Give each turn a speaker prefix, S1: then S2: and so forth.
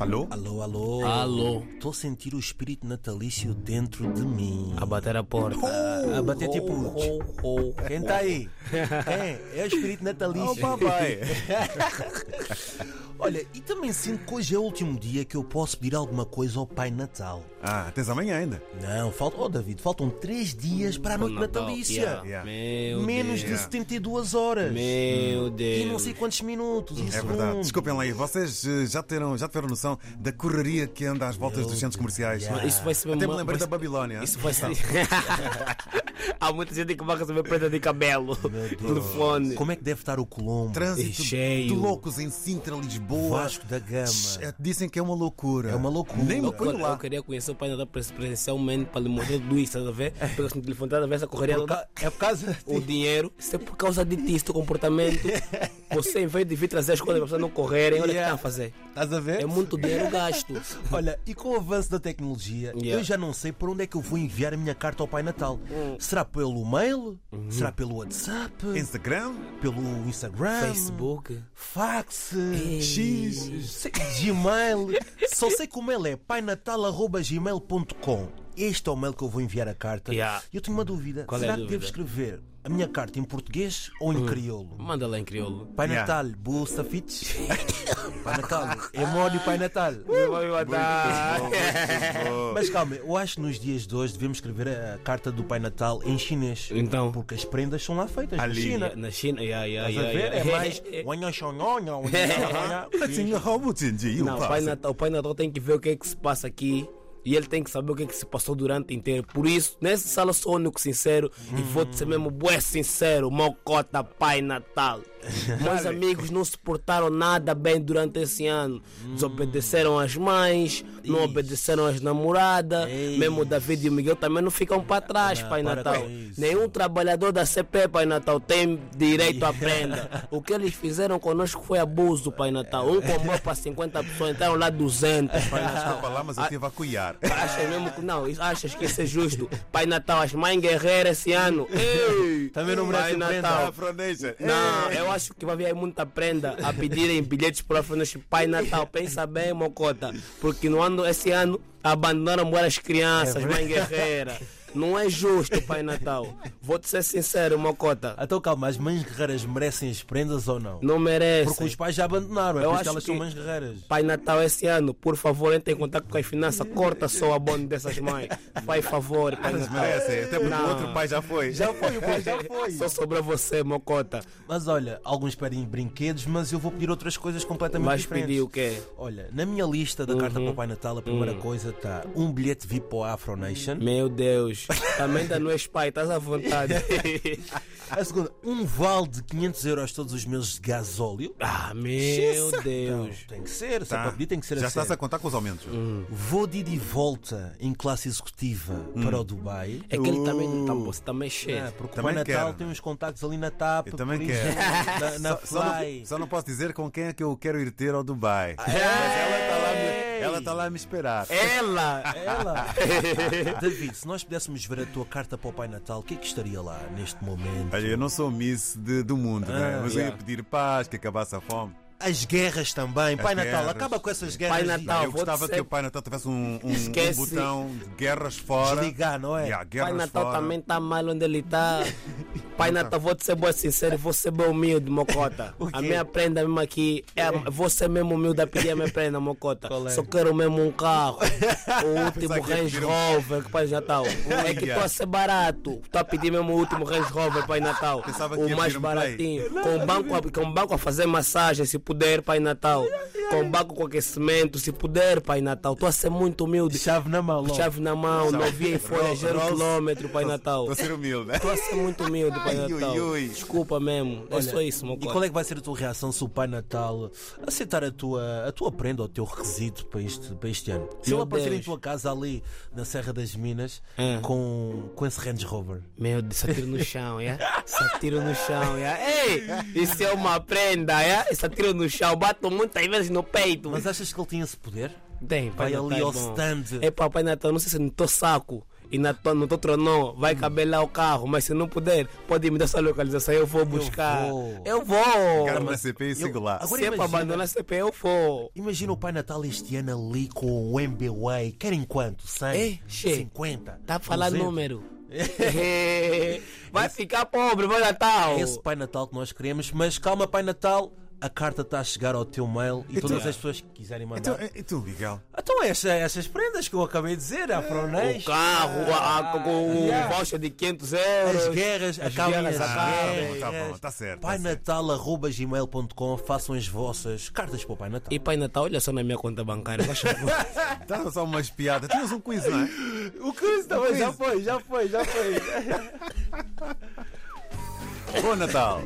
S1: Alô?
S2: Alô, alô.
S3: Alô.
S2: Estou a sentir o espírito natalício dentro de mim.
S3: A bater a porta.
S2: A bater tipo. Quem está
S3: tá
S2: aí? Quem? É o espírito natalício.
S1: Oh, papai!
S2: Olha, e também sinto que hoje é o último dia que eu posso pedir alguma coisa ao Pai Natal.
S1: Ah, tens amanhã ainda.
S2: Não, falta. Oh, David, faltam três dias para a noite natalícia.
S3: Hum, Yeah.
S1: Yeah.
S3: Meu
S2: tá? Menos
S3: Deus.
S2: de 72 horas.
S3: Meu Deus.
S2: E não sei quantos minutos.
S1: É verdade.
S2: Desculpa.
S1: Desculpem lá aí, vocês eh, já, terão, já tiveram noção da correria que anda às voltas dos centros comerciais.
S2: Yeah.
S3: Isso vai ser
S1: Até me
S3: uma-
S1: lembrei da
S3: vai-
S1: Babilónia.
S3: Isso vai ser. Há muita gente que vai receber prenda de cabelo. Telefone.
S2: Como é que deve estar o Colombo?
S1: Trânsito
S3: É cheio.
S1: de loucos em Sintra, Lisboa.
S2: Vasco da Gama.
S1: É, Dizem que é uma loucura.
S2: É uma loucura.
S1: Nem me
S2: Eu-
S1: ponho
S3: Eu-
S1: lá.
S3: Eu queria conhecer o Pai Natal pres- presencialmente para lhe mostrar tudo isso, estás a ver? Pegas no telefone, estás a ver essa correria.
S2: Por ca- É por causa. de-
S3: O dinheiro, isso é por causa de ti, esse teu comportamento. Você, em vez de vir trazer as coisas para as pessoas não correrem, olha o
S2: Yeah. Hum.
S3: que está a fazer.
S2: Estás a ver?
S3: É muito dinheiro gasto.
S2: Olha, e com o avanço da tecnologia,
S3: Yeah. Hum.
S2: eu já não sei por onde é que eu vou enviar a minha carta ao Pai Natal. Será pelo mail?
S3: Uhum.
S2: Será pelo WhatsApp?
S1: Instagram?
S2: Pelo Instagram?
S3: Facebook.
S2: Fax?
S1: X?
S2: Sei- Gmail? Só sei que o mail é painatal.gmail.com. Este é o mail que eu vou enviar a carta.
S3: Yeah.
S2: Eu tenho uma dúvida.
S3: Qual é a
S2: Será que
S3: dúvida? Hum.
S2: devo escrever a minha carta em português ou em crioulo?
S3: Manda lá em crioulo.
S2: Pai
S1: Yeah.
S2: Natal, boa safites. Pai Natal, é mole Pai Natal.
S3: Ah.
S1: Ah,
S2: Mas calma, eu acho que nos dias de hoje devemos escrever a carta do Pai Natal em chinês.
S3: Então.
S2: Porque as prendas são lá feitas
S1: Ali.
S2: na China.
S3: Na China, yeah, yeah,
S2: Estás a
S3: yeah,
S2: ver? É
S3: yeah.
S2: mais. Wanhao shonhonho, wanhao shonhonho.
S3: Não, o pai, Natal, o Pai Natal tem que ver o que é que se passa aqui. E ele tem que saber o que é que se passou durante o inteiro. Por isso, nessa sala sou o único sincero. E
S2: Hum.
S3: vou-te ser mesmo bué sincero. Mocota Pai Natal. Meus amigos não suportaram nada bem durante esse ano.
S2: Hum.
S3: Desobedeceram as mães, não obedeceram as namoradas.
S2: Ixi. Ah,
S3: Mesmo o David e o Miguel também não ficam para trás, Pai
S2: para
S3: Natal.
S2: com isso.
S3: Nenhum É um trabalhador da CP, Pai Natal, tem direito à prenda. O que eles fizeram conosco foi abuso, Pai Natal. Um comboio para 50 pessoas, entraram lá 200, Pai Natal.
S1: Desculpa lá, mas eu estive a cuiar.
S3: Achas mesmo que não? isso- Achas que isso é justo? Pai Natal, as mães guerreiras esse ano. Ei,
S2: Também não
S3: Pai
S2: merece
S1: Ah,
S3: Natal.
S1: Afronation.
S3: Não, eu acho que vai haver aí muita prenda a pedirem bilhetes para o Afronoche Pai Natal. Pensa bem, Mocota, porque no ano, esse ano abandonaram as crianças,
S2: É
S3: mãe guerreira. Não é justo, Pai Natal. Vou te ser sincero, Mocota,
S2: Então calma, as mães guerreiras merecem as prendas ou não?
S3: não merece.
S2: Porque os pais já abandonaram, é por isso
S3: Eu
S2: que
S3: acho
S2: elas são
S3: que-
S2: mães guerreiras.
S3: Pai Natal esse ano, por favor, entre em contato com as finanças, corta só o abono dessas mães. Faz favor, Pai
S1: Eles
S3: Natal.
S1: Ah, merecem, até porque o
S3: Não.
S1: outro pai já foi.
S2: foi, o pai já
S3: Só sobrou você, Mocota.
S2: Mas olha, alguns pedem brinquedos, mas eu vou pedir outras coisas completamente
S3: Vais
S2: diferentes.
S3: pedir o quê?
S2: Olha, na minha lista da carta para o Pai Natal, a primeira coisa está um bilhete VIP para o Afro Nation.
S3: Meu Deus, também ainda não és pai, estás à vontade.
S2: A segunda, um vale de 500 euros todos os meses de gasóleo.
S3: Ah, meu Deus.
S2: Tem que ser, só
S1: Tá.
S2: para pedir tem que ser
S1: Já
S2: assim.
S1: estás a contar com os aumentos.
S2: Vou de ida e volta em classe executiva
S1: Hum.
S2: para o Dubai.
S3: É que ele também
S1: Uh.
S3: não tá bom, você também é
S2: Ah,
S3: cheio.
S2: porque o
S1: Também
S2: Pai Natal
S1: quero.
S2: tem uns contactos ali na TAP,
S1: Eu também
S2: por isso, na, na
S1: Só- só,
S2: Fly.
S1: não, só não posso dizer com quem é que eu quero ir ter ao Dubai.
S3: Ah,
S1: Mas ela está lá, me- ela tá lá a me esperar.
S3: É. Ela!
S2: Ela! David, se nós pudéssemos ver a tua carta para o Pai Natal, o que é que estaria lá neste momento?
S1: Olha, eu não sou Miss de- do mundo, né? mas eu
S3: Ah, yeah.
S1: ia pedir paz, que acabasse a fome.
S2: As guerras também, Pai Natal,
S1: guerras.
S2: acaba com essas guerras.
S3: Pai Natal,
S1: eu
S3: vou
S1: gostava
S3: dizer-
S1: que o Pai Natal tivesse um, um- um
S3: Esquece.
S1: botão de guerras fora.
S2: Desligar, não é?
S1: Yeah, guerras
S3: Pai Natal
S1: fora.
S3: também tá mal onde ele tá. Pai Natal, vou te ser bom sincero, vou ser bem humilde, Mocota.
S2: O quê?
S3: A minha prenda mesmo aqui, é, a- vou ser mesmo humilde a pedir a minha prenda, Mocota.
S2: Qual é?
S3: Só quero mesmo um carro. O último
S1: Pensava que ia
S3: Range
S1: pedir um-
S3: Rover, que Pai Natal. É que
S1: Olha.
S3: tô a ser barato. Tô a pedir mesmo o último Range Rover, Pai Natal.
S1: Pensava que ia
S3: O
S1: pedir
S3: mais
S1: um Play.
S3: baratinho. Com o banco, a- com o banco a fazer massagem, se puder, Pai Natal. Com o banco com aquecimento, se puder, Pai Natal. Tô a ser muito humilde.
S2: Chave na mão, logo.
S3: Chave na mão, não via em folha,
S1: Ro-
S3: gera um
S1: Rolls-
S3: quilômetro, Pai Natal.
S1: Estou a ser humilde. né?
S3: Estou a ser muito humilde, Pai
S1: Ai, ui,
S3: Natal.
S1: ui.
S3: Desculpa mesmo. É
S2: Olha,
S3: só isso, meu
S2: E
S3: cota.
S2: qual é que vai ser a tua reação se o Pai Natal aceitar a tua, a tua prenda ou o teu requisito para este, para este ano? Se
S3: Meu
S2: ele aparecer em
S3: Deus.
S2: tua casa ali na Serra das Minas
S3: É.
S2: com, com esse Range Rover.
S3: Meu Deus, só tiro no chão, é? Só tiro no chão, é? Ei, isso é uma prenda, é? Só tiro no chão, bato muitas vezes no peito.
S2: Mas achas que ele tinha esse poder?
S3: Tem, Pai
S2: Vai
S3: Natal.
S2: ali
S3: é
S2: ao
S3: bom.
S2: stand.
S3: É pá, Pai Natal, não sei se no teu saco e na tua, no teu tronó vai caber lá o carro, mas se não puder, pode me dar essa localização, eu vou buscar.
S2: vou.
S3: Eu vou.
S1: Cara, na
S3: Mas
S1: CP e sigo lá.
S2: Agora
S3: se é para
S2: imagina-
S3: abandonar a CP, eu vou.
S2: Imagina o Pai Natal este ano ali com o MBWay. Querem quanto? 100?
S3: Ei, É, che.
S2: 50?
S3: Tá a falar
S2: 200?
S3: número. vai ficar pobre, vai Natal.
S2: É Esse Pai Natal que nós queremos, mas calma, Pai Natal. A carta está a chegar ao teu mail e
S1: Então-
S3: é.
S2: todas as pessoas que quiserem mandar.
S1: Então,
S2: Então,
S1: e tu, Miguel?
S2: essa- essas prendas que eu acabei de dizer,
S1: É,
S2: a Fronês.
S3: O carro, a, a, com o voucher de 500 euros.
S2: As guerras
S3: As
S2: acabam.
S3: guerras
S2: as
S3: acabam.
S2: guerras.
S1: Tá bom, tá certo, tá
S2: PaiNatal.gmail.com Façam as vossas cartas para o Pai Natal.
S3: E Pai Natal, olha só na minha conta bancária. faz favor.
S1: Tava só umas piadas. Tínhamos um quiz, não é?
S2: O Cris
S1: também já
S2: foi, já foi, já foi.
S1: Bom Natal!